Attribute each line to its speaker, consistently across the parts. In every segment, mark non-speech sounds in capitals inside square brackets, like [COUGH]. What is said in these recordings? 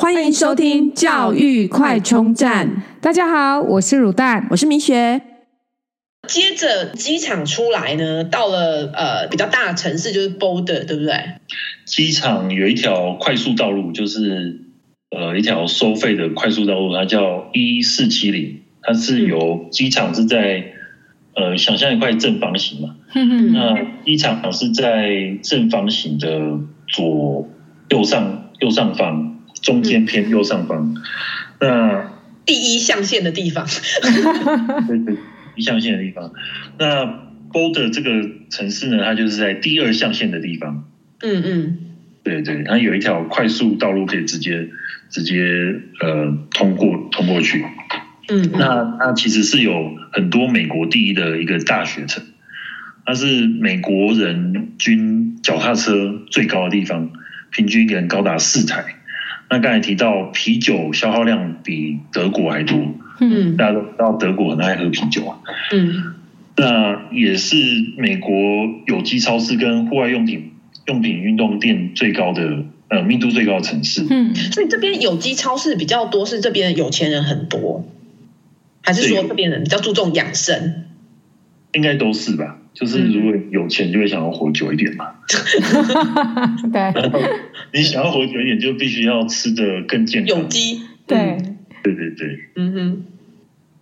Speaker 1: 欢迎收听教育快充站。
Speaker 2: 大家好，我是乳蛋。
Speaker 1: 我是明学，
Speaker 3: 接着机场出来呢，到了呃比较大的城市就是 Boulder，对不对？
Speaker 4: 机场有一条快速道路，就是呃一条收费的快速道路，它叫一四七零，它是由机场是在呃想象一块正方形嘛，
Speaker 2: 嗯
Speaker 4: 那机场是在正方形的左右上右上方，中间偏右上方，那
Speaker 3: 第一象限的地方， [LAUGHS]
Speaker 4: 对对，一象限的地方。那 Boulder 这个城市呢，它就是在第二象限的地方。
Speaker 3: 嗯嗯，
Speaker 4: 对对，它有一条快速道路可以直接直接呃通过通过去。
Speaker 3: 嗯嗯
Speaker 4: 那它其实是有很多美国第一的一个大学城，它是美国人均脚踏车最高的地方，平均一个人高达四台。那刚才提到啤酒消耗量比德国还多，
Speaker 3: 嗯
Speaker 4: 大家都知道德国很爱喝啤酒啊。
Speaker 3: 嗯
Speaker 4: 那也是美国有机超市跟户外用品用品运动店最高的呃密度最高的城市。
Speaker 2: 嗯，
Speaker 3: 所以这边有机超市比较多，是这边有钱人很多，还是说
Speaker 4: 对
Speaker 3: 这边人比较注重养生？
Speaker 4: 应该都是吧？就是如果有钱，就会想要活久一点嘛。
Speaker 2: 对
Speaker 4: [LAUGHS] 你想要活久一点，就必须要吃的更健
Speaker 3: 有
Speaker 4: 康。
Speaker 3: 机，
Speaker 2: 对，
Speaker 4: 对对对。
Speaker 3: 嗯哼，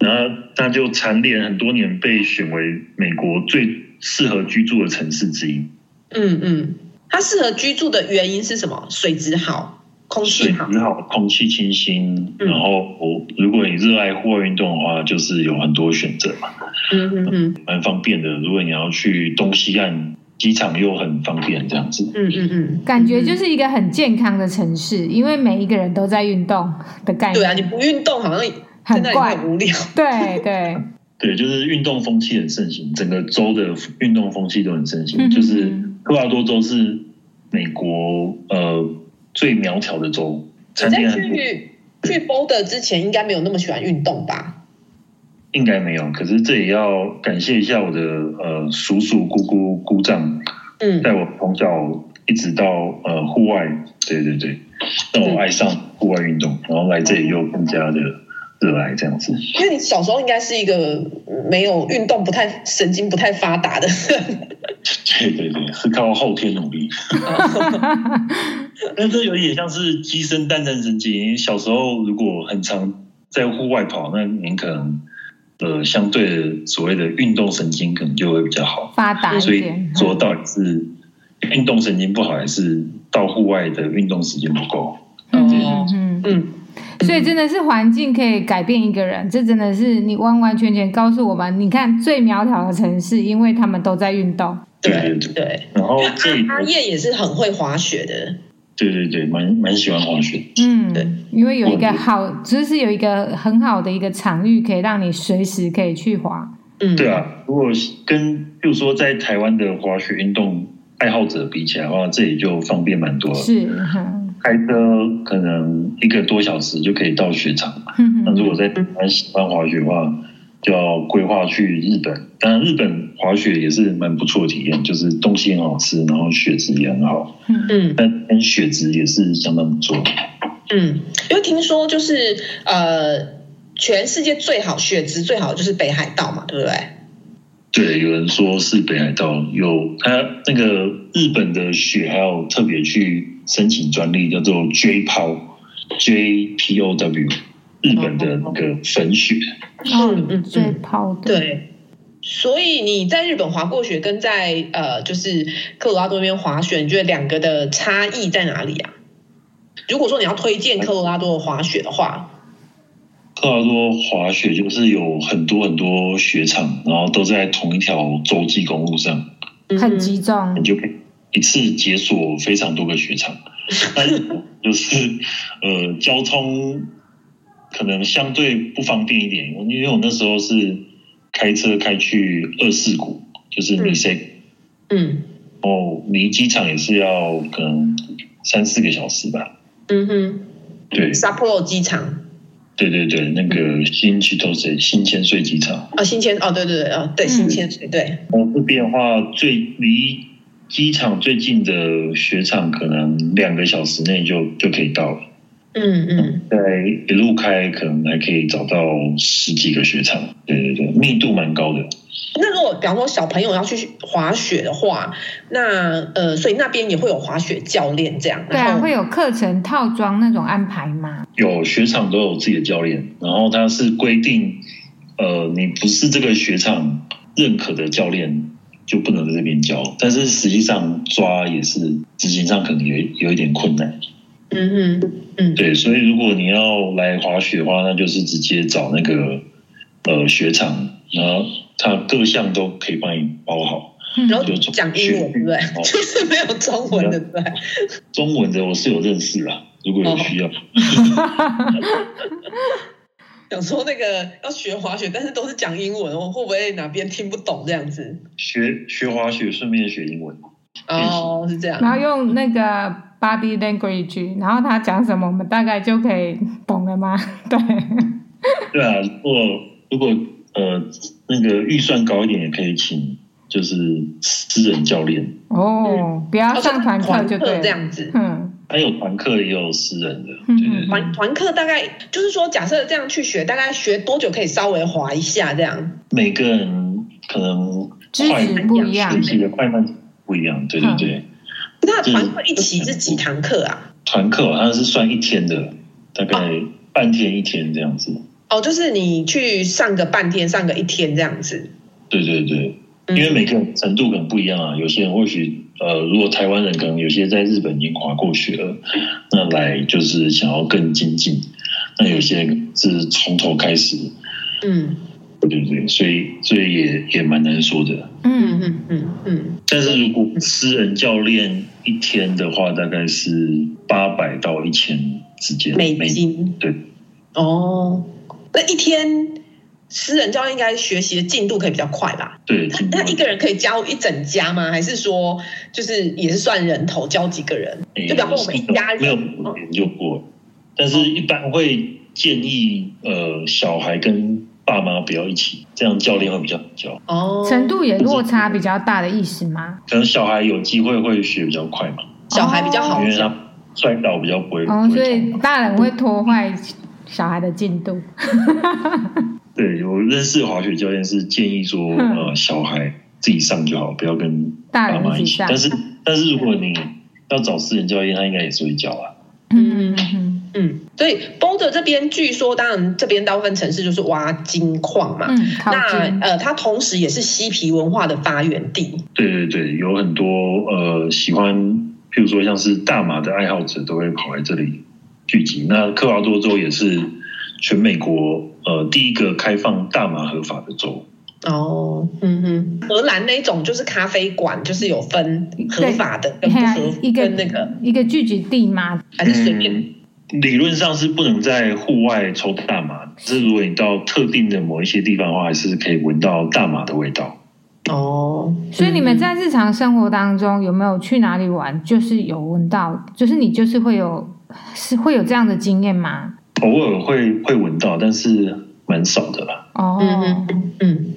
Speaker 4: 然后它就蝉联很多年被选为美国最适合居住的城市之一，
Speaker 3: 嗯嗯，它适合居住的原因是什么？水质好，空
Speaker 4: 水
Speaker 3: 气好，
Speaker 4: 很好，空气清新。
Speaker 3: 嗯
Speaker 4: 然后，如果你热爱户外运动的话，就是有很多选择嘛。
Speaker 3: 嗯嗯嗯
Speaker 4: 蛮方便的。如果你要去东西岸机场，又很方便这样子。
Speaker 3: 嗯嗯嗯，
Speaker 2: 感觉就是一个很健康的城市，因为每一个人都在运动的概
Speaker 3: 对啊，
Speaker 2: 念，
Speaker 3: 你不运动好像
Speaker 2: 很
Speaker 3: 真的
Speaker 2: 怪
Speaker 3: 很。无聊。
Speaker 2: 对 [LAUGHS] 对，
Speaker 4: 对，就是运动风气很盛行，整个州的运动风气都很盛
Speaker 2: 嗯
Speaker 4: 行。就是科罗拉多州是美国呃最苗条的州，
Speaker 3: 你
Speaker 4: 餐
Speaker 3: 在
Speaker 4: 厅很多，
Speaker 3: 去去 Boulder 之前，应该没有那么喜欢运动吧？
Speaker 4: 应该没有。可是这也要感谢一下我的呃叔叔、姑姑、姑丈，
Speaker 3: 嗯
Speaker 4: 带我从小一直到呃户外，对对对，让我爱上户外运动，然后来这里又更加的热爱这样子。
Speaker 3: 因为你小时候应该是一个没有运动、不太神经不太发达 [LAUGHS] 的人。
Speaker 4: 对对对，是靠后天努力。但这有点像是鸡生蛋，蛋生鸡。小时候如果很常在户外跑，那您可能呃相对的所谓的运动神经可能就会比较好。
Speaker 2: 发达一
Speaker 4: 所以
Speaker 2: 点，
Speaker 4: 说到底是运动神经不好，还是到户外的运动时间不够？
Speaker 2: 嗯
Speaker 3: 哦
Speaker 2: 嗯嗯，
Speaker 3: 嗯，
Speaker 2: 所以真的是环境可以改变一个人，这真的是你完完全全告诉我们，你看最苗条的城市，因为他们都在运动，
Speaker 3: 对嗯
Speaker 4: 对对
Speaker 3: 对。
Speaker 4: 然后这里
Speaker 3: 阿阿叶也是很会滑雪的，
Speaker 4: 对对对，蛮蛮喜欢滑雪。
Speaker 3: 对
Speaker 2: 嗯，因为有一个
Speaker 4: 我
Speaker 2: 好，就是有一个很好的一个场域，可以让你随时可以去滑，
Speaker 3: 嗯，
Speaker 4: 对，啊，如果跟比如说在台湾的滑雪运动爱好者比起来的话，这里就方便蛮多了。
Speaker 2: 是，嗯哼
Speaker 4: 开车可能一个多小时就可以到雪场。
Speaker 2: 哼
Speaker 4: 那
Speaker 2: 哼
Speaker 4: 如果在台湾喜欢滑雪的话，就要规划去日本。当然，日本滑雪也是蛮不错的体验，就是东西很好吃，然后雪质也很好，
Speaker 3: 嗯
Speaker 4: 但跟雪质也是相当不错。
Speaker 3: 嗯，因为听说就是呃，全世界最好雪质最好的就是北海道嘛，对不对？
Speaker 4: 对，有人说是北海道有它那个日本的雪，还有特别去申请专利，叫做 J POW J P O W，日本的那个粉雪。
Speaker 3: 嗯嗯
Speaker 2: 最抛的，
Speaker 3: 对，所以你在日本滑过雪，跟在呃就是科罗拉多那边滑雪，你觉得两个的差异在哪里啊？如果说你要推荐科罗拉多的滑雪的话，
Speaker 4: 科罗拉多滑雪就是有很多很多雪场，然后都在同一条洲际公路上，
Speaker 2: 很
Speaker 3: 急，
Speaker 2: 集中，
Speaker 4: 你就可以一次解锁非常多个雪场。 [LAUGHS] 但是就是呃，交通可能相对不方便一点，因为我那时候是开车开去二世谷，就是米塞，
Speaker 3: 嗯
Speaker 4: 然后离机场也是要可能三四个小时吧。
Speaker 3: 嗯哼
Speaker 4: 对
Speaker 3: ，Sapporo 机场
Speaker 4: 对对对，那个新去都是新千岁机场。
Speaker 3: 啊，新千哦，对对对，哦对，
Speaker 2: 嗯
Speaker 3: 新千岁，对，
Speaker 4: 我这边的话，最离机场最近的雪场可能两个小时内就就可以到了。
Speaker 3: 嗯嗯，
Speaker 4: 在一路开可能还可以找到十几个雪场，对对对，密度蛮高的。
Speaker 3: 那如果比方说小朋友要去滑雪的话，那呃，所以那边也会有滑雪教练这样，
Speaker 2: 对啊，
Speaker 3: 然后
Speaker 2: 会有课程套装那种安排吗？
Speaker 4: 有雪场都有自己的教练，然后他是规定，呃，你不是这个雪场认可的教练就不能在这边教，但是实际上抓也是执行上可能有有一点困难。
Speaker 3: 嗯哼嗯
Speaker 4: 对，所以如果你要来滑雪的话，那就是直接找那个呃雪场，然后他各项都可以帮你包好。
Speaker 2: 嗯
Speaker 3: 然后
Speaker 4: 有
Speaker 3: 讲英文对不对 [LAUGHS]
Speaker 4: 哦？
Speaker 3: 就是没有中文的对不对？
Speaker 4: 中文的我是有认识啦，如果
Speaker 2: 哦
Speaker 4: 有需要，
Speaker 3: 想说那个要学滑雪，但是都是讲英文，我会不会哪边听不懂这样子？
Speaker 4: 学学滑雪顺便学英文。
Speaker 3: 哦，
Speaker 4: 嗯
Speaker 3: 是这样。
Speaker 2: 然后用那个 body language，然后他讲什么，我们大概就可以懂了吗？ [LAUGHS] 对，
Speaker 3: 嗯
Speaker 4: 对啊，如果如果呃那个预算高一点，也可以请就是私人教练，
Speaker 2: 哦，不要
Speaker 3: 哦
Speaker 2: 上团课
Speaker 3: 团
Speaker 2: 就
Speaker 3: 课
Speaker 2: 对
Speaker 3: 这
Speaker 2: 了。
Speaker 3: 样子。
Speaker 2: 嗯，
Speaker 4: 还有团课也有私人的，
Speaker 2: 嗯
Speaker 4: 对对对。
Speaker 3: 团团课大概就是说，假设这样去学，大概学多久可以稍微滑一下这样？
Speaker 4: 每个人可能
Speaker 2: 支
Speaker 4: 快
Speaker 2: 持不一样嗯
Speaker 4: 学习的快慢不一样，对对对。
Speaker 3: 那团课一起是几堂课啊？
Speaker 4: 团课好像是算一天的，大概半天一天这样子。
Speaker 3: 哦，就是你去上个半天，上个一天这样子。
Speaker 4: 对对对，
Speaker 3: 嗯
Speaker 4: 因为每个人程度可能不一样啊，有些人或许呃，如果台湾人可能有些在日本已经滑过雪了，那来就是想要更精进，那有些人是从头开始，
Speaker 3: 嗯
Speaker 4: 对对对，所以所以也也蛮难说的。
Speaker 2: 嗯
Speaker 3: 嗯嗯嗯嗯，
Speaker 4: 但是如果私人教练一天的话，大概是八百到一千之间，
Speaker 3: 美金
Speaker 4: 对。
Speaker 3: 哦，那一天私人教练应该学习的进度可以比较快吧？
Speaker 4: 对，进
Speaker 3: [LAUGHS]
Speaker 4: 步
Speaker 3: 那一个人可以加入一整家吗？还是说就是也是算人头教几个人？
Speaker 4: 诶
Speaker 3: 就比方说我们一家人嗯
Speaker 4: 没有研究过，但是一般会建议呃小孩跟爸妈不要一起，这样教练会比较教。
Speaker 3: 哦，
Speaker 2: 程度也落差比较大的意思吗？
Speaker 4: 可能小孩有机会会学比较快嘛，
Speaker 3: 小孩比较好
Speaker 4: 因为
Speaker 3: 教。
Speaker 4: 他摔倒比较不会。
Speaker 3: 嗯
Speaker 2: 哦，
Speaker 4: 不会
Speaker 2: 所以
Speaker 4: 痛
Speaker 2: 大人会拖坏小孩的进度。
Speaker 4: 对我认识的滑雪教练是建议说，
Speaker 2: 嗯
Speaker 4: 呃，小孩自己上就好，不要跟
Speaker 2: 大
Speaker 4: 爸
Speaker 2: 人
Speaker 4: 妈
Speaker 2: 一
Speaker 4: 一
Speaker 2: 起
Speaker 4: 起。
Speaker 2: 上
Speaker 4: 但是但是如果你要找私人教练，他应该也是会教啊。
Speaker 2: 嗯嗯嗯
Speaker 3: 嗯，所以 Boulder 这边据说，当然这边大部分城市就是挖金矿嘛。
Speaker 2: 嗯，靠
Speaker 3: 那
Speaker 2: 近。
Speaker 3: 呃，它同时也是嬉皮文化的发源地。
Speaker 4: 对对对，有很多呃喜欢，譬如说像是大麻的爱好者都会跑来这里聚集。那科罗拉多州也是全美国呃第一个开放大麻合法的州。
Speaker 3: 哦，嗯哼，荷兰那种就是咖啡馆，就是有分合法的跟
Speaker 2: 嘿
Speaker 3: 呃不
Speaker 2: 啊
Speaker 3: 合，
Speaker 2: 一个
Speaker 3: 跟那个
Speaker 2: 一个聚集地嘛，
Speaker 3: 还是随便。
Speaker 4: 嗯理论上是不能在户外抽大麻，但是如果你到特定的某一些地方的话，还是可以闻到大麻的味道。
Speaker 3: 哦，
Speaker 2: 所以你们在日常生活当中有没有去哪里玩，就是有闻到，就是你就是会有是会有这样的经验吗？
Speaker 4: 偶尔会会闻到，但是蛮少的啦。
Speaker 2: 哦，
Speaker 3: 嗯嗯嗯嗯，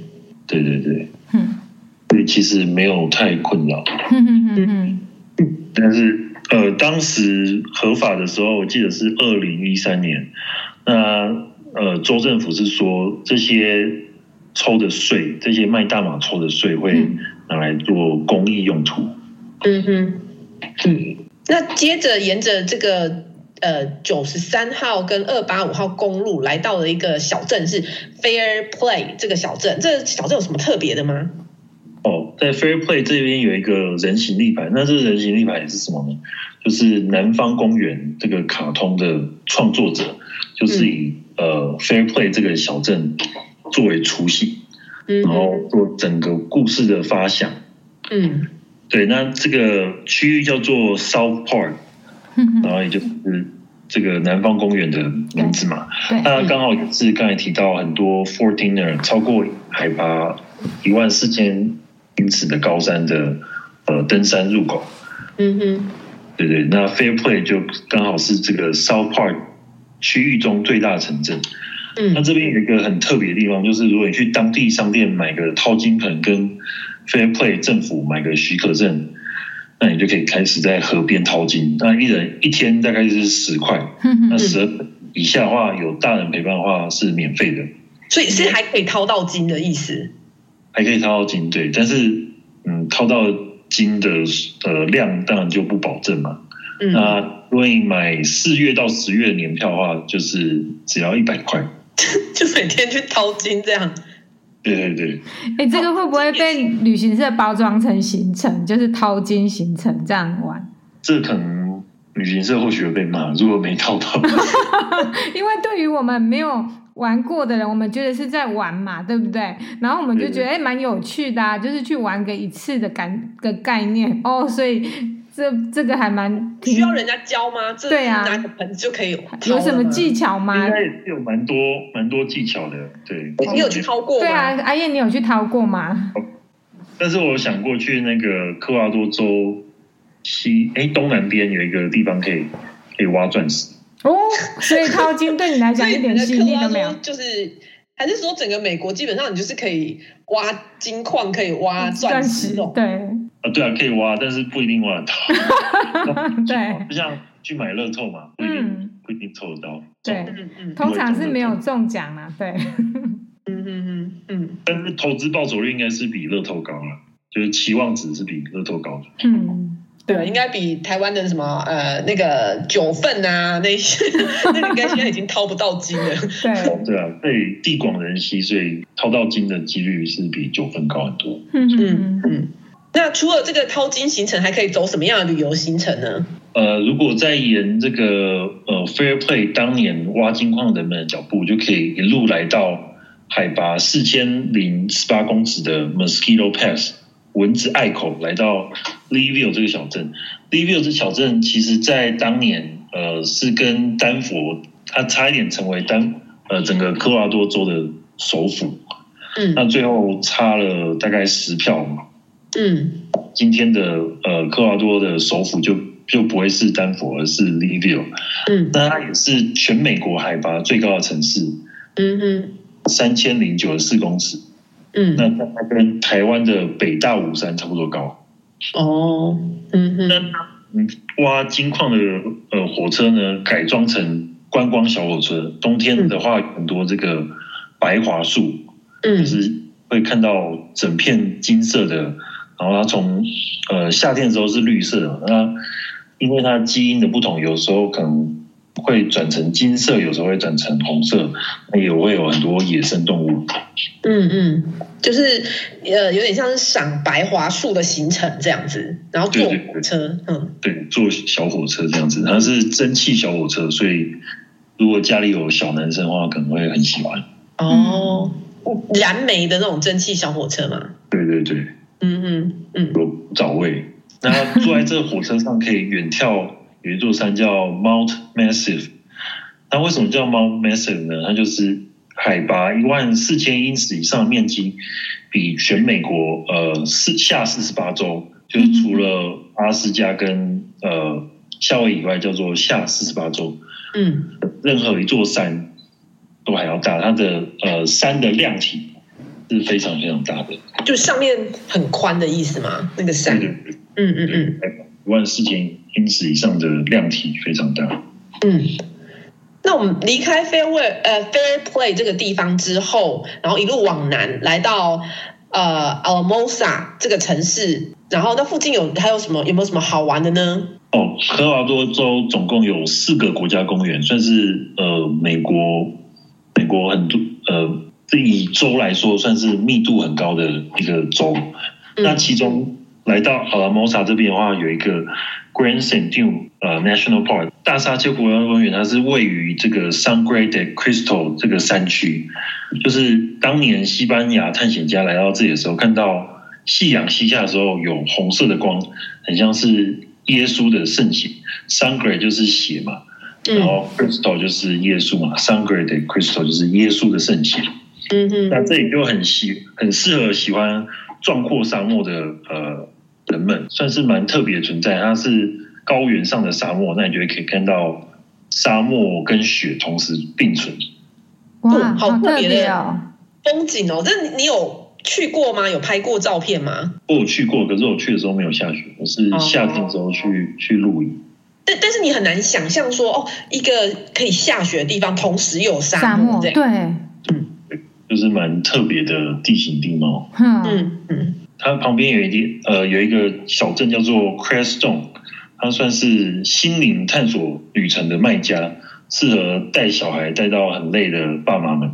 Speaker 4: 对对对，
Speaker 2: 嗯
Speaker 4: 所以其实没有太困扰。
Speaker 2: 哼哼哼哼，
Speaker 4: 但是呃，当时合法的时候，我记得是二零一三年，那呃，州政府是说这些抽的税，这些卖大麻抽的税会
Speaker 2: 嗯
Speaker 4: 拿来做公益用途。
Speaker 3: 嗯哼，嗯，那接着沿着这个呃九十三号跟二八五号公路来到了一个小镇是 Fair Play 这个小镇，这个小镇有什么特别的吗？
Speaker 4: 哦，在 Fair Play 这边有一个人形立牌，那这个人形立牌是什么呢？就是南方公园这个卡通的创作者，就是以、呃 Fair Play 这个小镇作为雏形，
Speaker 3: 嗯
Speaker 4: 然后做整个故事的发想。
Speaker 3: 嗯
Speaker 4: 对，那这个区域叫做 South Park，
Speaker 2: 哼哼
Speaker 4: 然后也就是这个南方公园的名字嘛。
Speaker 2: [LAUGHS] 对， [LAUGHS]
Speaker 4: 那刚好也是刚才提到很多 Fourteener 超过海拔一万四千英尺的高山的呃登山入口。
Speaker 3: 嗯哼
Speaker 4: 对对，那 Fair Play 就刚好是这个 South Park 区域中最大的城镇。那
Speaker 3: 嗯
Speaker 4: 这边有一个很特别的地方，就是如果你去当地商店买个套金盆跟 Fair Play 政府买个许可证，那你就可以开始在河边淘金。那一人一天大概就是十块，
Speaker 2: 哼
Speaker 3: 嗯
Speaker 4: 那
Speaker 2: 哼，
Speaker 4: 十二以下的话，有大人陪伴的话是免费的，
Speaker 3: 所以是还可以掏到金的意思。
Speaker 4: 还可以掏到金对，但是嗯，掏到金的呃量当然就不保证嘛。
Speaker 3: 嗯，
Speaker 4: 那如果你买四月到十月的年票的话，就是只要一百块。
Speaker 3: 就每天去掏金这样。
Speaker 4: 对对对，
Speaker 2: 哎，这个会不会被旅行社包装成行程，就是淘金行程这样玩？
Speaker 4: 这可能旅行社或许会被骂，如果没掏到。
Speaker 2: [LAUGHS] 因为对于我们没有玩过的人，我们觉得是在玩嘛，对不对？然后我们就觉得哎，诶蛮有趣的啊，就是去玩个一次的感个概念哦，所以这这个还蛮挺
Speaker 3: 需要人家教吗？这
Speaker 2: 对啊
Speaker 3: 拿个盆就可以掏
Speaker 2: 有什么
Speaker 3: 了吗？
Speaker 2: 技巧吗
Speaker 4: 应？该也是有蛮多蛮多技巧的，对。
Speaker 3: 你你有去掏过吗？
Speaker 2: 对啊，阿燕，你有去淘过吗？
Speaker 4: 但是我有想过去那个科华多州西哎东南边有一个地方可以可以挖钻石，
Speaker 2: 哦，所以淘金对你来
Speaker 3: 所
Speaker 2: 讲一
Speaker 3: 以整
Speaker 2: 点
Speaker 3: 个
Speaker 2: 吸
Speaker 3: 科
Speaker 2: 引力
Speaker 3: 拉
Speaker 2: 都没有
Speaker 3: 多。啊就是，还是说整个美国基本上你就是可以挖金矿，可以
Speaker 2: 嗯
Speaker 3: 挖钻石哦。
Speaker 2: 对
Speaker 4: 啊，对啊，可以挖，但是不一定挖得到，
Speaker 2: [LAUGHS] 对，
Speaker 4: 不像去买乐透嘛，不一定、
Speaker 2: 嗯
Speaker 4: 不一定抽得到。
Speaker 2: 对，
Speaker 3: 嗯嗯
Speaker 2: 通常是没有中奖啦，对，
Speaker 3: 嗯嗯嗯嗯，
Speaker 4: 但是投资报酬率应该是比乐透高了，就是期望值是比乐透高的。
Speaker 2: 嗯，
Speaker 3: 对，应该比台湾的什么呃那个九份啊那些， [LAUGHS] 那个应该现在已经掏不到金了。
Speaker 2: 对，
Speaker 4: 对啊，所以地广人稀，所以掏到金的几率是比九分高很多。
Speaker 2: 嗯
Speaker 3: 嗯，嗯。那除了这个掏金行程，还可以走什么样的旅游行程呢？
Speaker 4: 呃，如果再沿这个呃 Fair Play 当年挖金矿人们的脚步，就可以一路来到海拔四千零十八公尺的 Mosquito Pass 蚊子隘口，来到 Leeville 这个小镇。Leeville 这小镇其实在当年呃是跟丹佛，它差一点成为丹呃整个科罗拉多州的首府，
Speaker 3: 嗯
Speaker 4: 那最后差了大概十票嘛，
Speaker 3: 嗯
Speaker 4: 今天的呃科华多的首府就就不会是丹佛，而是 l i v i l l
Speaker 3: 嗯
Speaker 4: 那它也是全美国海拔最高的城市，
Speaker 3: 嗯嗯
Speaker 4: 三千零九十四公尺。
Speaker 3: 嗯，
Speaker 4: 那它跟台湾的北大武山差不多高。
Speaker 3: 哦，嗯
Speaker 4: 那
Speaker 3: 哼，
Speaker 4: 嗯挖金矿的呃火车呢，改装成观光小火车。冬天的话，很多这个白桦树，就
Speaker 3: 嗯
Speaker 4: 是会看到整片金色的，然后它从呃夏天的时候是绿色的，那因为它基因的不同，有时候可能会转成金色，有时候会转成红色，那也会有很多野生动物。
Speaker 3: 嗯嗯，就是呃，有点像是赏白桦树的行程这样子，然后坐
Speaker 4: 对对
Speaker 3: 火车，嗯
Speaker 4: 对，坐小火车这样子，它是蒸汽小火车，所以如果家里有小男生的话，可能会很喜欢。
Speaker 3: 哦，燃煤的那种蒸汽小火车嘛，
Speaker 4: 对对对，
Speaker 3: 嗯嗯嗯，
Speaker 4: 有找位。那坐在这火车上可以远眺有一座山叫 Mount Massive。那为什么叫 Mount Massive 呢？它就是海拔一万四千英尺以上的面积，比全美国呃四下四十八州，就是除了阿拉斯加跟呃夏威夷以外，叫做下四十八州，
Speaker 3: 嗯
Speaker 4: 任何一座山都还要大。它的呃山的量体是非常非常大的。
Speaker 3: 就上面很宽的意思嘛，那个山，嗯嗯嗯
Speaker 4: 一万四千英尺以上的量体非常大。
Speaker 3: 嗯。那我们离开 Fairway 呃 Fair Play 这个地方之后，然后一路往南来到呃 Alamosa 这个城市，然后那附近有还有什么有没有什么好玩的呢？
Speaker 4: 哦，科罗拉多州总共有四个国家公园，算是呃美国美国很多呃这以州来说算是密度很高的一个州。
Speaker 3: 嗯
Speaker 4: 那其中来到阿拉莫萨这边的话，有一个 Grand San Dune 呃 National Park 大沙丘国家公园，它是位于这个 San g r a d e Crystal 这个山区，就是当年西班牙探险家来到这里的时候，看到夕阳西下的时候有红色的光，很像是耶稣的圣血。Sangre 就是血嘛，然
Speaker 3: 嗯
Speaker 4: 后 Crystal 就是耶稣嘛，Sangre 的 Crystal 就是耶稣的圣血。
Speaker 3: 嗯嗯
Speaker 4: 那这里就很喜很适合喜欢壮阔沙漠的呃人们，算是蛮特别的存在。它是高原上的沙漠，那你就可以看到沙漠跟雪同时并存。
Speaker 2: 哇，
Speaker 3: 好
Speaker 2: 好
Speaker 3: 特
Speaker 2: 特
Speaker 3: 别
Speaker 2: 别
Speaker 3: 的
Speaker 2: 哦，
Speaker 3: 风景哦，这你有去过吗？有拍过照片吗？
Speaker 4: 我有去过，可是我去的时候没有下雪，我是夏天的时候去去露营。
Speaker 3: 但但是你很难想象说，哦，一个可以下雪的地方，同时有
Speaker 2: 沙
Speaker 3: 沙
Speaker 2: 漠
Speaker 3: 漠这样。
Speaker 2: 对，
Speaker 4: 就是蛮特别的地形地貌。
Speaker 2: 嗯
Speaker 3: 嗯嗯，
Speaker 4: 它旁边有一地呃有一个小镇叫做 Crestone，它算是心灵探索旅程的卖家，适合带小孩带到很累的爸妈们。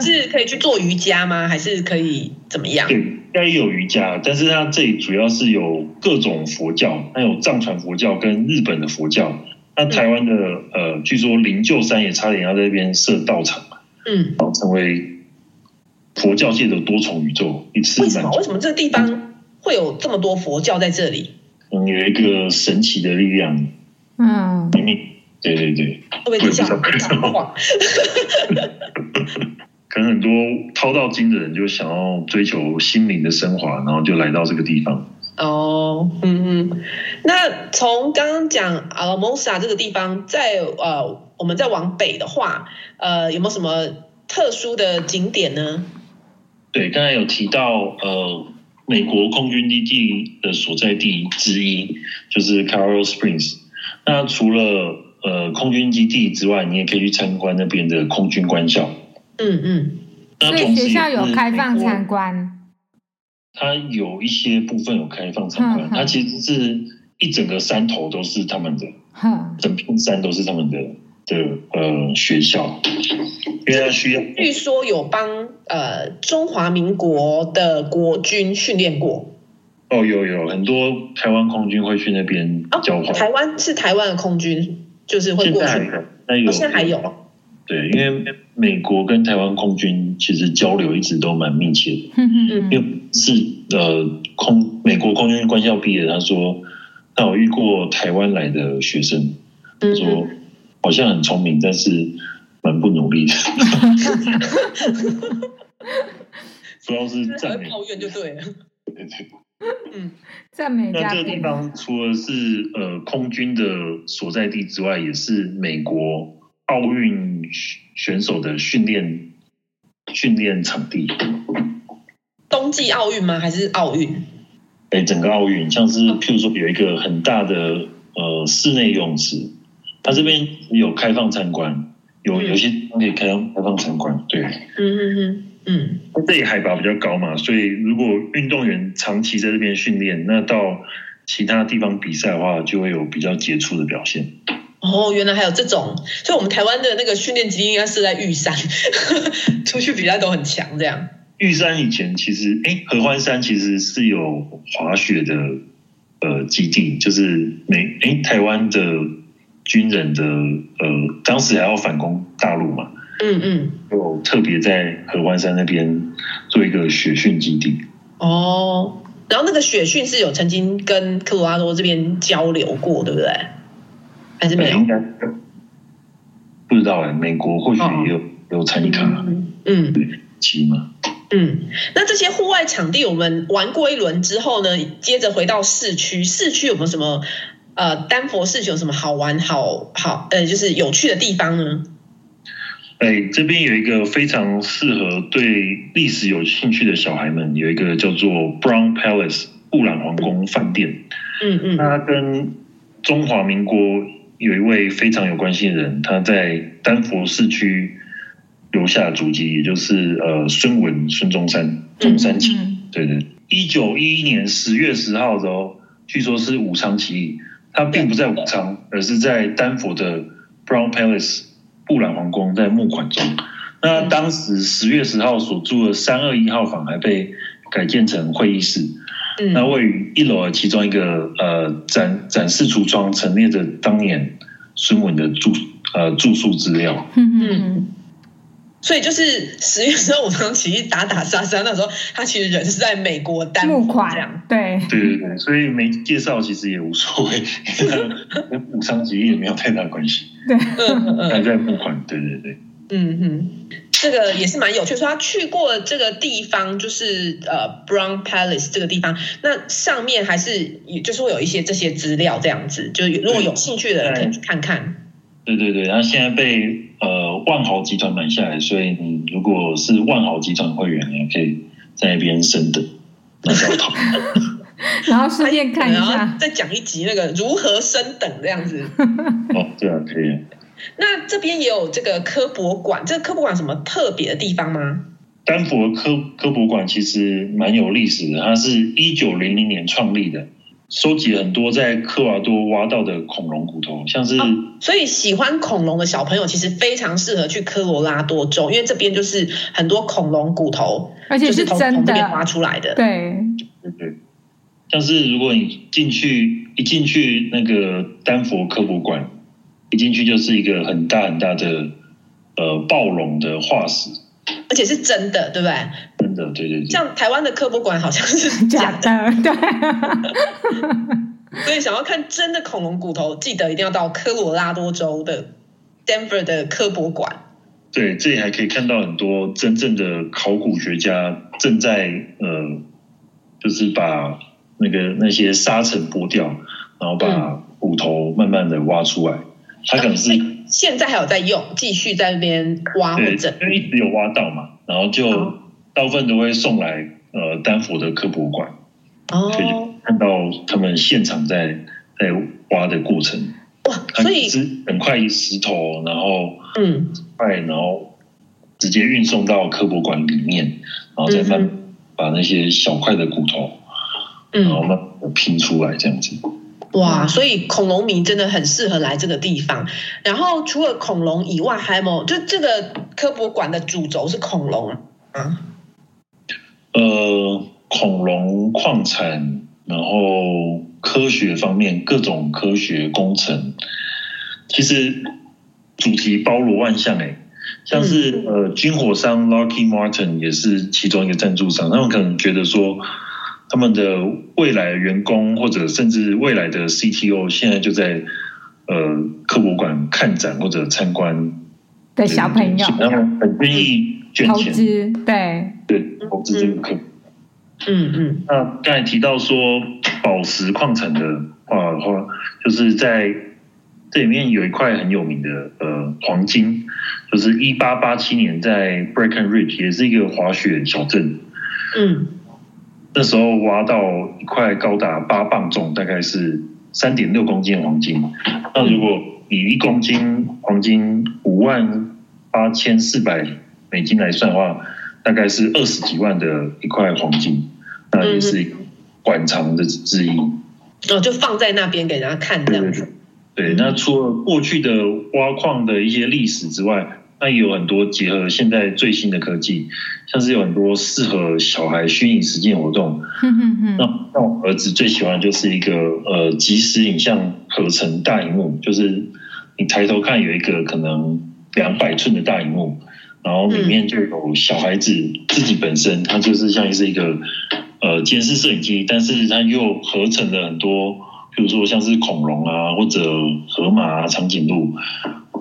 Speaker 3: 是可以去做瑜伽吗？还是可以怎么样？
Speaker 4: 对，该有瑜伽，但是它这里主要是有各种佛教，它有藏传佛教跟日本的佛教。那台湾的呃，据说灵鹫山也差点要在那边设道场，
Speaker 3: 嗯，
Speaker 4: 然后成为佛教界的多重宇宙，一次
Speaker 3: 为什
Speaker 4: 满
Speaker 3: 么？
Speaker 4: 足
Speaker 3: 为。什么这个地方会有这么多佛教在这里？
Speaker 4: 嗯，有一个神奇的力量，
Speaker 2: 嗯，
Speaker 4: 明明对对对，
Speaker 3: 会不会你想
Speaker 4: 我也不知道
Speaker 3: 讲话？
Speaker 4: 可能很多掏到金的人就想要追求心灵的升华，然后就来到这个地方。
Speaker 3: 哦，嗯嗯，那从刚刚讲阿拉蒙萨这个地方，在呃，我们再往北的话，呃，有没有什么特殊的景点呢？
Speaker 4: 对，刚才有提到呃，美国空军基地的所在地之一就是 Carol Springs。那除了呃空军基地之外，你也可以去参观那边的空军官校。
Speaker 3: 嗯嗯
Speaker 4: 那
Speaker 2: 所
Speaker 4: 同
Speaker 2: 以学
Speaker 4: 时
Speaker 2: 校
Speaker 4: 也
Speaker 2: 有
Speaker 4: 是
Speaker 2: 开
Speaker 4: 美
Speaker 2: 放
Speaker 4: 国
Speaker 2: 参观，
Speaker 4: 它有一些部分有开放参观，
Speaker 2: 嗯嗯
Speaker 4: 它其实是一整个山头都是他们的，
Speaker 2: 哼，
Speaker 4: 整片山都是他们的的呃学校，因为它需要
Speaker 3: 据说有帮呃中华民国的国军训练过。
Speaker 4: 哦有有很多台湾空军会去那边
Speaker 3: 哦
Speaker 4: 交，换，
Speaker 3: 台湾是台湾的空军，就是会
Speaker 4: 现
Speaker 3: 过
Speaker 4: 在还
Speaker 3: 去。
Speaker 4: 有，那有
Speaker 3: 哦现在还有
Speaker 4: 对，因为美国跟台湾空军其实交流一直都蛮密切的，
Speaker 2: 哼哼 [LAUGHS]
Speaker 3: 嗯
Speaker 4: 因
Speaker 2: 哼，
Speaker 4: 为是呃空美国空军官校毕业的，他说他有遇过台湾来的学生，
Speaker 3: 嗯
Speaker 4: 说好像很聪明，但是蛮不努力的。主要是
Speaker 3: 就是
Speaker 4: 赞
Speaker 3: 很
Speaker 4: 美。
Speaker 3: 抱怨就对了。
Speaker 4: 对对
Speaker 3: 嗯，
Speaker 2: 赞美
Speaker 4: 那
Speaker 2: 加
Speaker 4: 这个地
Speaker 2: 点，
Speaker 4: 方除了是呃空军的所在地之外，也是美国奥运选手的训练训练场地。
Speaker 3: 冬季奥运吗？还是奥运？
Speaker 4: 哎，整个奥运，像是譬如说有一个很大的呃室内泳池，它这边有开放参观，有有些地方可以开放开放参观，对。
Speaker 3: 嗯嗯嗯嗯，
Speaker 4: 这里海拔比较高嘛，所以如果运动员长期在这边训练，那到其他地方比赛的话，就会有比较杰出的表现。
Speaker 3: 哦，原来还有这种，所以我们台湾的那个训练基地应该是在玉山， [LAUGHS] 出去比赛都很强这样。
Speaker 4: 玉山以前其实，哎，合欢山其实是有滑雪的呃基地，就是美哎台湾的军人的呃，当时还要反攻大陆嘛，
Speaker 3: 嗯嗯，
Speaker 4: 有特别在合欢山那边做一个雪训基地。
Speaker 3: 哦，然后那个雪训是有曾经跟科罗拉多这边交流过，对不对？还是没有
Speaker 4: 应？该不知道哎，美国或许也有、有参与卡
Speaker 3: 嗯嗯。
Speaker 4: 机嘛。
Speaker 3: 嗯，那这些户外场地我们玩过一轮之后呢，接着回到市区，市区有没有什么呃丹佛市区有什么好玩好好呃就是有趣的地方呢？
Speaker 4: 哎，这边有一个非常适合对历史有兴趣的小孩们，有一个叫做 Brown Palace 布朗皇宫饭店。
Speaker 3: 嗯嗯
Speaker 4: 它跟中华民国有一位非常有关系的人，他在丹佛市区留下的足迹，也就是呃孙文孙中山中山起义
Speaker 2: 嗯，
Speaker 4: 对对，一九一一年十月十号的时候，据说是武昌起义，它并不在武昌，而是在丹佛的 Brown Palace 布朗皇宫在募款中。那当时十月十号所住的三二一号房还被改建成会议室，那
Speaker 3: 嗯
Speaker 4: 位于一楼的其中一个呃展展示橱窗陈列着当年孙文的住呃住宿资料。
Speaker 2: 哼
Speaker 3: 嗯
Speaker 2: 哼
Speaker 3: 所以就是十月十号武昌起义打打杀杀，那时候他其实人是在美国丹
Speaker 2: 哼，
Speaker 3: 佛
Speaker 2: 募
Speaker 3: 这样。
Speaker 2: 款，对，
Speaker 4: 对对对，所以没介绍其实也无所谓， [LAUGHS] 因为它跟武昌起义也没有太大关系。
Speaker 3: 嗯嗯
Speaker 4: 还
Speaker 3: 嗯
Speaker 4: 在募款，对对对，
Speaker 3: 嗯嗯，这个也是蛮有趣。说他去过这个地方，就是呃 Brown Palace 这个地方，那上面还是也就是会有一些这些资料这样子，就是如果有兴趣的人可以去看
Speaker 2: 嗯
Speaker 3: 看。
Speaker 4: 对对对，它现在被呃万豪集团买下来，所以你如果是万豪集团会员，你也可以在那边生的，那叫逃。
Speaker 2: 然后顺便看一
Speaker 3: 哎然后
Speaker 2: 下，
Speaker 3: 再讲一集那个如何升等这样子。
Speaker 2: [LAUGHS]
Speaker 4: 哦，对啊，可以啊。
Speaker 3: 那这边也有这个科博馆，这个科博馆有什么特别的地方吗？
Speaker 4: 丹佛科科博馆其实蛮有历史的，它是一九零零年创立的，收集很多在科瓦多挖到的恐龙骨头，像是、
Speaker 3: 所以喜欢恐龙的小朋友其实非常适合去科罗拉多州，因为这边就是很多恐龙骨头，
Speaker 2: 而且
Speaker 3: 就是从
Speaker 2: 真
Speaker 3: 从这
Speaker 2: 的，
Speaker 3: 边挖出来的。
Speaker 2: 对，
Speaker 4: 对对，像嗯是如果你进去一进去那个丹佛科博馆，一进去就是一个很大很大的呃暴龙的化石，
Speaker 3: 而且是真的，对不对？
Speaker 4: 真的，对对对，
Speaker 3: 像台湾的科博馆好像是
Speaker 2: [LAUGHS] 假
Speaker 3: 假的，
Speaker 2: 的，对， [LAUGHS]
Speaker 3: 所以想要看真的恐龙骨头，记得一定要到科罗拉多州的 Denver 的科博馆。
Speaker 4: 对，这里还可以看到很多真正的考古学家正在呃，就是把那个那些沙尘剥掉，然后把骨头慢慢的挖出来。它可能是、
Speaker 3: 现在还有在用，继续在那边挖或
Speaker 4: 对，
Speaker 3: 整。
Speaker 4: 因为一直有挖到嘛，然后就
Speaker 3: 哦
Speaker 4: 大部分都会送来呃丹佛的科博馆，所以
Speaker 3: 哦
Speaker 4: 就，看到他们现场在在挖的过程。
Speaker 3: 哇，
Speaker 4: 它
Speaker 3: 所以
Speaker 4: 是整块石头，然后
Speaker 3: 嗯，
Speaker 4: 块，然后直接运送到科博馆里面，然后再慢
Speaker 3: 嗯
Speaker 4: 慢把那些小块的骨头，然后
Speaker 3: 嗯，
Speaker 4: 慢慢拼出来这样子。
Speaker 3: 哇，所以恐龙迷真的很适合来这个地方。然后除了恐龙以外，还有没有？就这个科博馆的主轴是恐龙啊。
Speaker 4: 呃，恐龙矿产，然后科学方面各种科学工程，其实主题包罗万象诶、像是、
Speaker 2: 嗯
Speaker 4: 呃军火商 Lockheed Martin 也是其中一个赞助商，他们可能觉得说。他们的未来员工或者甚至未来的 CTO 现在就在呃科博馆看展或者参观
Speaker 2: 的小朋友
Speaker 4: 他们很愿意捐
Speaker 2: 投
Speaker 4: 钱，
Speaker 2: 资，对， [LAUGHS]
Speaker 4: 对，投资这个科。
Speaker 3: 嗯嗯
Speaker 4: 那刚才提到说宝石矿产的话，的话就是在这里面有一块很有名的呃黄金，就是一八八七年在 Breckenridge 也是一个滑雪小镇，
Speaker 3: 嗯，
Speaker 4: 那时候挖到一块高达八磅重，大概是三点六公斤的黄金。那如果以一公斤黄金五万八千四百美金来算的话，大概是二十几万的一块黄金，那也是馆藏的之一。
Speaker 3: 然哦后就放在那边给人家看这样子。
Speaker 4: 对，那除了过去的挖矿的一些历史之外，那也有很多结合现在最新的科技，像是有很多适合小孩虚拟实践活动，
Speaker 2: 哼哼
Speaker 4: 那
Speaker 2: 哼，
Speaker 4: 那我儿子最喜欢的就是一个呃即时影像合成大荧幕，就是你抬头看有一个可能两百寸的大荧幕，然后里面就有小孩子自己本身，它就是像是一个呃监视摄影机，但是它又合成了很多，比如说像是恐龙啊或者河马啊、长颈鹿，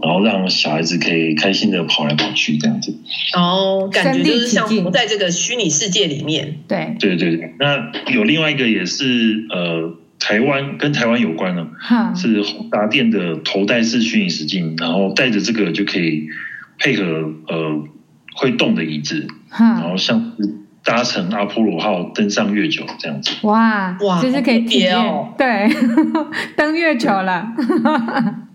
Speaker 4: 然后让小孩子可以开心的跑来跑去这样子。
Speaker 3: 然后哦感觉就是像
Speaker 2: 身临其境
Speaker 3: 活在这个虚拟世界里面。
Speaker 2: 对，
Speaker 4: 对对对，那有另外一个也是呃台湾跟台湾有关呢、
Speaker 2: 哈，
Speaker 4: 是宏达电的头戴式虚拟实境，然后带着这个就可以配合呃会动的椅子，然
Speaker 2: 哈，
Speaker 4: 后像是搭乘阿波罗号登上月球这样子。
Speaker 2: 哇，
Speaker 3: 哇
Speaker 2: 就是可以体验，
Speaker 3: 好特别哦
Speaker 2: 对， [LAUGHS] 登月球了，
Speaker 3: 嗯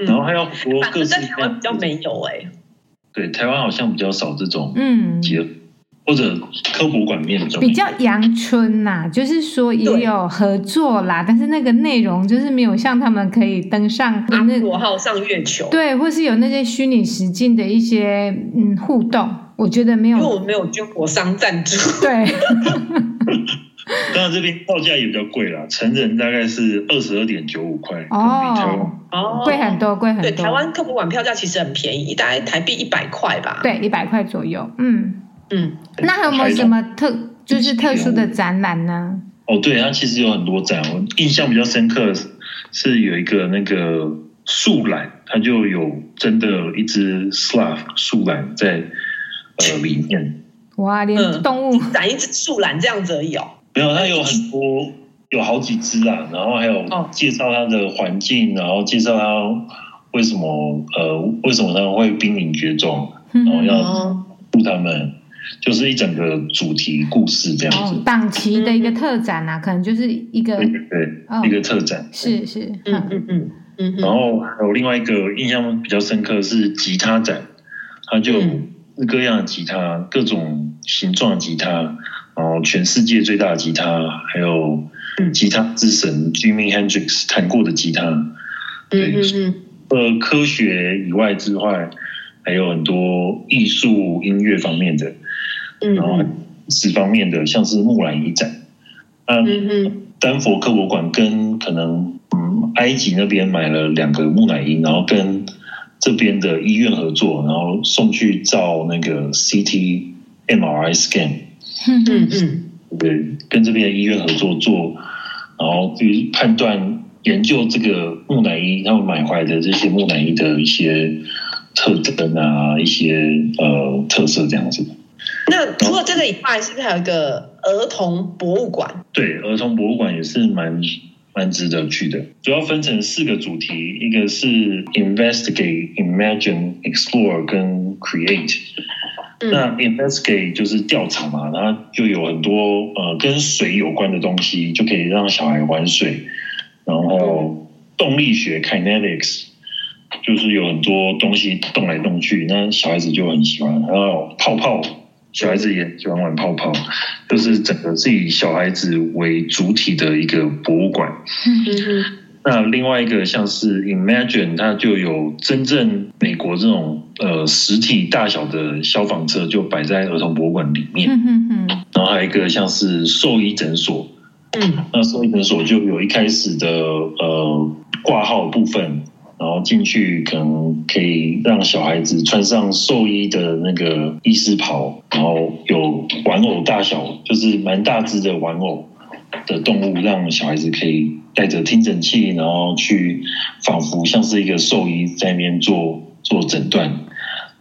Speaker 4: 然后
Speaker 3: 嗯，
Speaker 4: 还有很多
Speaker 3: 反
Speaker 4: 各
Speaker 3: 正
Speaker 4: 式
Speaker 3: 在台
Speaker 4: 各样
Speaker 3: 湾比较没有哎。
Speaker 4: 对台湾好像比较少这种
Speaker 2: 嗯，
Speaker 4: 结合，或者科普馆面比较
Speaker 2: 比较阳春呐、就是说也
Speaker 3: 对
Speaker 2: 有合作啦，但是那个内容就是没有像他们可以登上
Speaker 3: 阿
Speaker 2: 那
Speaker 3: 罗号上月球，
Speaker 2: 对，啊或是有那些虚拟实境的一些嗯互动，我觉得没
Speaker 3: 因为我
Speaker 2: 有
Speaker 3: 们没有军火商赞助。
Speaker 4: [LAUGHS]
Speaker 2: 对
Speaker 4: 当然这边报价也比较贵啦，成人大概是二十二点九五块，可能比台湾
Speaker 2: 哦，
Speaker 3: 哦
Speaker 2: 贵很。多，贵很
Speaker 3: 对，
Speaker 2: 多，
Speaker 3: 台湾科博馆票价其实很便宜，大概台币一百块吧。，
Speaker 2: 对一百块左右，嗯，
Speaker 3: 嗯，
Speaker 2: 那还有没有什么特就是特殊的展览呢？
Speaker 4: 哦，对，它其实有很多展，我印象比较深刻的是是有一个那个树懒，它就有真的一只 slav 树懒在呃里面，
Speaker 2: 哇，连
Speaker 3: 嗯
Speaker 2: 动物
Speaker 3: 展一只树懒这样子而已哦。
Speaker 4: 没有，它有很多有好几只啦，然后还有
Speaker 3: 哦
Speaker 4: 介绍它的环境，然后介绍它
Speaker 2: [LAUGHS]
Speaker 4: 为什么呃为什么它们会濒临绝种，然后
Speaker 2: 嗯
Speaker 4: 要
Speaker 3: 哦，
Speaker 4: 护它们，就是一整个主题故事这样
Speaker 2: 哦
Speaker 4: 子，，
Speaker 2: 档期的一个特展啊，可能就是一个
Speaker 4: 对对对，
Speaker 2: 哦
Speaker 4: 一个特展。
Speaker 2: 是是，
Speaker 3: 嗯
Speaker 2: 嗯
Speaker 3: 嗯嗯嗯
Speaker 4: 然
Speaker 3: 哼，
Speaker 4: 后还有另外一个印象比较深刻是吉他展，它就
Speaker 3: 嗯
Speaker 4: 各样的吉他，各种形状的吉他，然后全世界最大的吉他，还有
Speaker 3: 嗯
Speaker 4: 吉他之神 Jimi Hendrix 弹过的吉他，
Speaker 3: 嗯嗯嗯，
Speaker 4: 呃，科学以外之外，还有很多艺术音乐方面的，
Speaker 3: 嗯
Speaker 4: 然后
Speaker 3: 嗯
Speaker 4: 史方面的，像是木兰遗展，那
Speaker 3: 嗯
Speaker 4: 丹佛科博馆跟可能嗯埃及那边买了两个木乃伊，然后跟这边的医院合作，然后送去照那个 CT MRI scan，
Speaker 2: 嗯
Speaker 3: 嗯
Speaker 2: 嗯
Speaker 3: 嗯
Speaker 4: 对，跟这边的医院合作做，然后去判断研究这个木乃伊，他们买回来的这些木乃伊的一些特征啊，一些呃特色这样子。
Speaker 3: 那除了这个以外，是不是还有一个儿童博物馆？
Speaker 4: 对，儿童博物馆也是蛮蛮值得去的。主要分成四个主题，一个是 investigate、imagine、explore 跟 create。
Speaker 3: 嗯
Speaker 4: 那 investigate 就是调查嘛，然后就有很多呃跟水有关的东西，就可以让小孩玩水。然后动力学 kinetics 就是有很多东西动来动去，那小孩子就很喜欢。还有泡泡，小孩子也喜欢玩泡泡，就是整个是以小孩子为主体的一个博物馆。
Speaker 3: 嗯哼，
Speaker 4: 那另外一个像是 Imagine，它就有真正美国这种呃实体大小的消防车就摆在儿童博物馆里面，
Speaker 2: 嗯 [LAUGHS] 嗯
Speaker 4: 然后还有一个像是兽医诊所，
Speaker 3: 嗯
Speaker 4: 那兽医诊所就有一开始的呃挂号部分，然后进去可能可以让小孩子穿上兽医的那个医师袍，然后有玩偶大小，就是蛮大只的玩偶的动物，让小孩子可以带着听诊器，然后去仿佛像是一个兽医在那边做做诊断。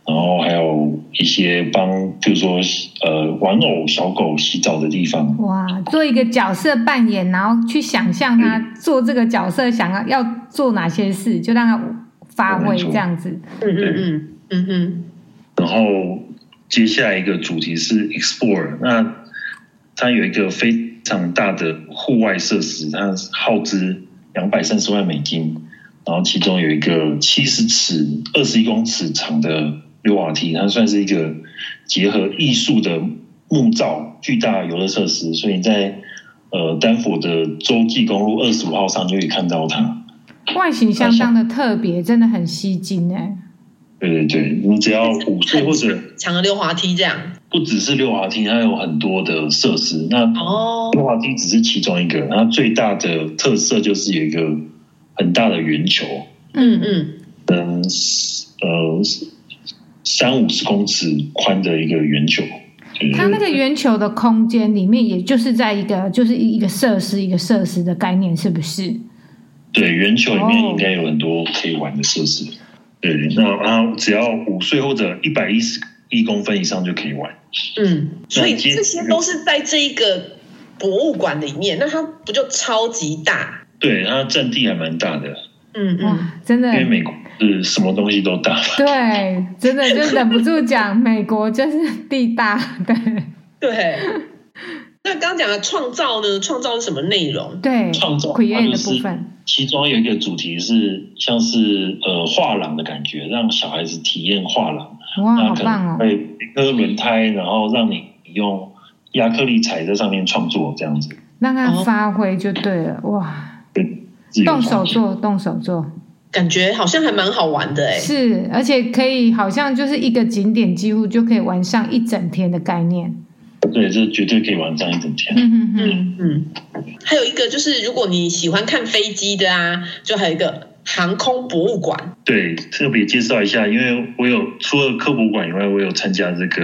Speaker 4: 然后还有一些帮，比如说呃，玩偶小狗洗澡的地方，
Speaker 2: 哇，做一个角色扮演，然后去想象他做这个角色想要要做哪些事，就让他发挥这样子。
Speaker 3: 嗯嗯嗯嗯哼，
Speaker 4: 然后接下来一个主题是 explore，那它有一个非常大的户外设施，它耗资两百三十万美金，然后其中有一个七十尺、二十一公尺长的溜滑梯，它算是一个结合艺术的木造巨大游乐设施，所以你在呃丹佛的洲际公路二十五号上就可以看到它。
Speaker 2: 外形相当的特别，真的很吸睛哎、
Speaker 4: 对对对，你只要五岁或者
Speaker 3: 长的溜滑梯这样。
Speaker 4: 不只是溜滑梯，它有很多的设施。那
Speaker 3: 哦，
Speaker 4: 溜滑梯只是其中一个，它最大的特色就是有一个很大的圆球，
Speaker 3: 嗯嗯
Speaker 4: 嗯呃三五十公尺宽的一个圆球，就是
Speaker 2: 嗯它那个圆球的空间里面，也就是在一个就是一一个设施一个设施的概念，是不是？
Speaker 4: 对圆球里
Speaker 2: 哦
Speaker 4: 面应该有很多可以玩的设施。对，那它只要五岁或者一百一十一公分以上就可以玩。
Speaker 3: 嗯，所以这些都是在这一个博物馆里面，那它不就超级大？
Speaker 4: 对，它占地还蛮大的，
Speaker 3: 嗯
Speaker 2: 哇
Speaker 3: 嗯，，
Speaker 2: 真的
Speaker 4: 因为美国是什么东西都大。
Speaker 2: 对，真的就忍不住讲，美国就是地大， [LAUGHS] 对
Speaker 3: 对。
Speaker 2: [LAUGHS]
Speaker 3: 那刚刚讲的创造呢？创造是什么内容？
Speaker 2: 对
Speaker 4: 创造它
Speaker 2: ，create
Speaker 4: 就
Speaker 2: 的
Speaker 4: 是
Speaker 2: 部分，
Speaker 4: 其中有一个主题是像是呃画廊的感觉，让小孩子体验画廊。
Speaker 2: 哇，
Speaker 4: 那
Speaker 2: 好
Speaker 4: 可
Speaker 2: 棒
Speaker 4: 能
Speaker 2: 哦，
Speaker 4: 会一颗轮胎，然后让你用亚克力材在上面创作这样子。
Speaker 2: 让他发挥就对了，
Speaker 4: 哦
Speaker 2: 哇，
Speaker 4: 自由
Speaker 2: 动
Speaker 4: 创
Speaker 2: 手
Speaker 4: 作，
Speaker 2: 做，动手做，
Speaker 3: 感觉好像还蛮好玩的哎、
Speaker 2: 是，而且可以好像就是一个景点，几乎就可以玩上一整天的概念，
Speaker 4: 对，这绝对可以玩上一整天。
Speaker 2: 嗯哼哼， [LAUGHS]
Speaker 3: 嗯嗯，还有一个就是，如果你喜欢看飞机的啊，就还有一个航空博物馆。
Speaker 4: 对，特别介绍一下，因为我有除了科博馆以外，我有参加这个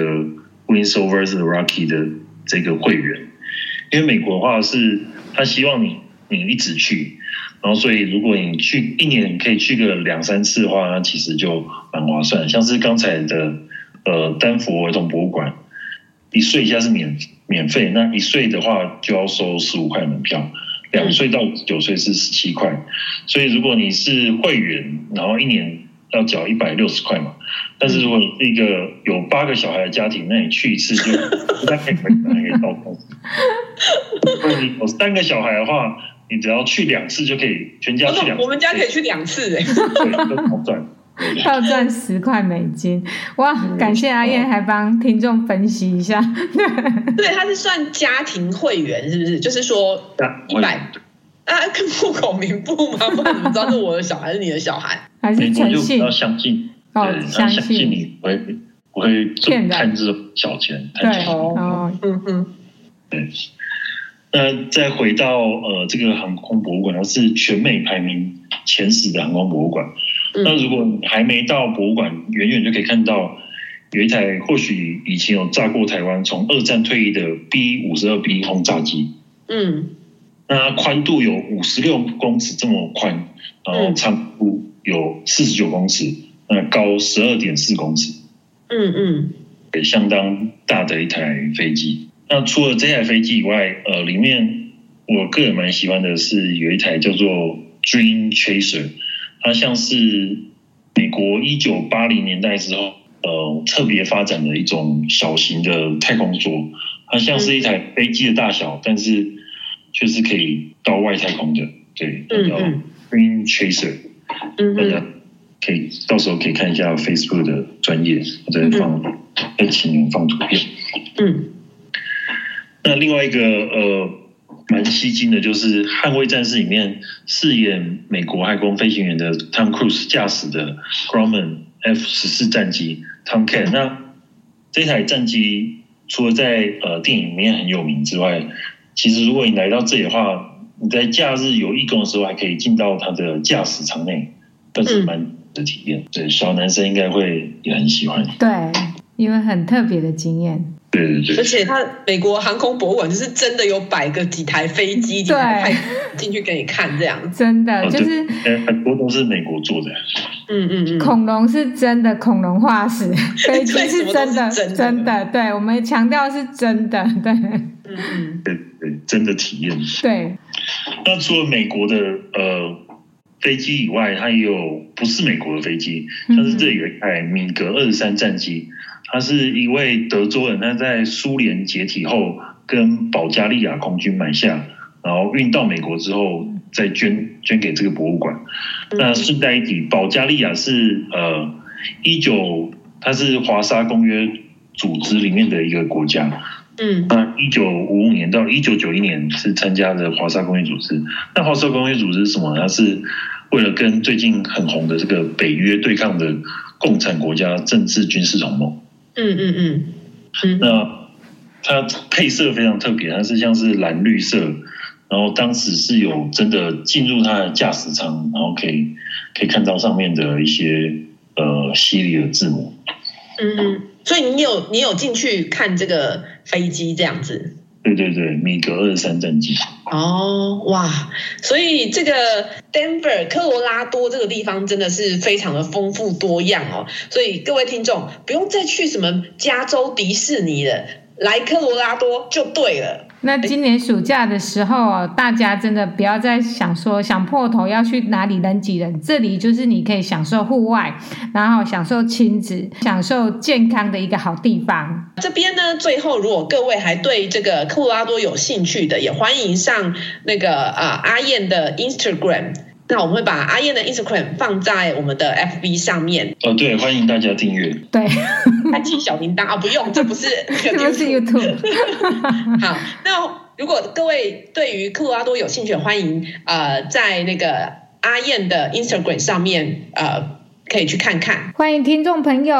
Speaker 4: Wings Over the Rocky 的这个会员。因为美国的话是，他希望你你一直去，然后所以如果你去一年可以去个两三次的话，那其实就蛮划算的。像是刚才的呃丹佛儿童博物馆，一岁以下是免免费，那一岁的话就要收十五块门票，
Speaker 3: 嗯
Speaker 4: 两岁到九岁是十七块，所以如果你是会员，然后一年要缴一百六十块嘛，但是如果你是一个有八个小孩的家庭，那你去一次就不太可以回来，可以到公司。如果你有三个小孩的话，你只要去两次就可以，全家
Speaker 3: 我
Speaker 4: 去
Speaker 3: 懂
Speaker 4: 两，次，
Speaker 3: 哦我们家可以去两次哎、
Speaker 4: 对，都好赚。
Speaker 2: 要赚十块美金，哇！
Speaker 4: 嗯
Speaker 2: 感谢阿燕还帮听众分析一下，
Speaker 3: [LAUGHS]
Speaker 2: [LAUGHS]
Speaker 3: 对，他是算家庭会员是不是？就是说
Speaker 4: 那
Speaker 3: 一百啊，跟户口名簿吗？不然怎么知道是我的小孩还是你的小孩？
Speaker 2: 还
Speaker 4: 美
Speaker 2: 是
Speaker 4: 国
Speaker 2: 诚
Speaker 4: 就比
Speaker 2: 信
Speaker 4: 较相信，
Speaker 2: 哦
Speaker 4: 对，，他
Speaker 2: 相
Speaker 4: 相信
Speaker 2: 信，
Speaker 4: 你不会不会
Speaker 2: 骗人
Speaker 4: 看这种小钱，
Speaker 2: 对
Speaker 4: 看小钱
Speaker 2: 哦，
Speaker 3: 嗯嗯，
Speaker 4: 那再回到呃这个航空博物馆，它是全美排名前十的航空博物馆。
Speaker 3: 嗯
Speaker 4: 那如果你还没到博物馆，远远就可以看到有一台或许以前有炸过台湾，从二战退役的 B 五十二 B 轰炸机，
Speaker 3: 嗯
Speaker 4: 那它宽度有五十六公尺这么宽，然后
Speaker 3: 嗯
Speaker 4: 长度有四十九公尺，那高十二点四公尺。
Speaker 3: 嗯嗯
Speaker 4: 也相当大的一台飞机。那除了这台飞机以外，呃，里面我个人蛮喜欢的是有一台叫做 Dream Chaser，它像是美国一九八零年代之后，呃，特别发展的一种小型的太空梭，它像是一台飞机的大小，但是却是可以到外太空的。对，它
Speaker 3: 嗯
Speaker 4: 叫
Speaker 3: 嗯
Speaker 4: Dream Chaser，
Speaker 3: 嗯
Speaker 4: 大家
Speaker 3: 嗯，
Speaker 4: 可以到时候可以看一下 Facebook 的专业，我再放，再请你们放图片。
Speaker 3: 嗯
Speaker 4: 那另外一个呃，蛮吸睛的，就是《捍卫战士》里面饰演美国海空飞行员的 Tom Cruise 驾驶的 Grumman F 十四战机 Tomcat。那这台战机除了在呃电影里面很有名之外，其实如果你来到这里的话，你在假日有义工的时候，还可以进到它的驾驶舱内，这是
Speaker 2: 嗯
Speaker 4: 蛮的体验。对，小男生应该会也很喜欢。
Speaker 2: 对，因为很特别的经验，
Speaker 4: 对对对
Speaker 3: 而。且他美国航空博物馆就是真的有摆个几台飞机，几台
Speaker 2: 对
Speaker 3: 派进去给你看这样子。
Speaker 2: 真的
Speaker 4: 哦
Speaker 2: 啊就
Speaker 4: 对
Speaker 2: 是
Speaker 4: 呃，很多都是美国做的，
Speaker 3: 嗯嗯嗯，
Speaker 2: 恐龙是真的恐龙化石， [LAUGHS] 飞机
Speaker 3: 对
Speaker 2: 是
Speaker 3: 什么都
Speaker 2: 真
Speaker 3: 是
Speaker 2: 的，
Speaker 3: 真的
Speaker 2: 真的，对我们强调是真的， [LAUGHS] 对
Speaker 3: 嗯嗯
Speaker 4: 对对，真的体验。
Speaker 2: 对，
Speaker 4: 那除了美国的呃飞机以外，它也有不是美国的飞机，像是这里有一台米格二十三战机，它是一位德州人，他在苏联解体后跟保加利亚空军买下，然后运到美国之后再捐捐给这个博物馆。
Speaker 3: 嗯
Speaker 4: 那顺带一提，保加利亚是呃一九，它是华沙公约组织里面的一个国家，
Speaker 3: 嗯
Speaker 4: 那一九五五年到一九九一年是参加的华沙公约组织。那华沙公约组织是什么呢？它是为了跟最近很红的这个北约对抗的共产国家政治军事同盟。
Speaker 3: 嗯嗯嗯嗯嗯
Speaker 4: 那它配色非常特别，它是像是蓝绿色，然后当时是有真的进入它的驾驶舱，然后可以可以看到上面的一些呃犀利的字母。
Speaker 3: 嗯嗯，所以你有你有进去看这个飞机这样子？
Speaker 4: 对对对，米格二三战机。
Speaker 3: 哦，哇！所以这个 Denver 科罗拉多这个地方真的是非常的丰富多样哦。所以各位听众不用再去什么加州迪士尼了，来科罗拉多就对了。
Speaker 2: 那今年暑假的时候哦，大家真的不要再想说想破头要去哪里人挤人，这里就是你可以享受户外，然后享受亲子、享受健康的一个好地方。
Speaker 3: 这边呢，最后如果各位还对这个科罗拉多有兴趣的，也欢迎上那个啊、呃、阿燕的 Instagram。那我们会把阿燕的 Instagram 放在我们的 FB 上
Speaker 2: [LAUGHS]
Speaker 3: 面，
Speaker 4: 哦，对，欢迎大家订阅。
Speaker 3: [LAUGHS]
Speaker 2: 对，
Speaker 3: 开启小铃铛啊！不用，这不是这
Speaker 2: [LAUGHS] 这不是 YouTube，
Speaker 3: [LAUGHS] 好，那如果各位对于科罗拉多有兴趣，欢迎呃在那个阿燕的 Instagram 上面呃可以去看看。
Speaker 2: 欢迎听众朋友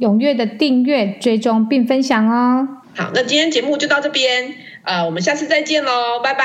Speaker 2: 踊跃的订阅、追踪并分享哦。
Speaker 3: 好，那今天节目就到这边，呃，我们下次再见喽，拜拜。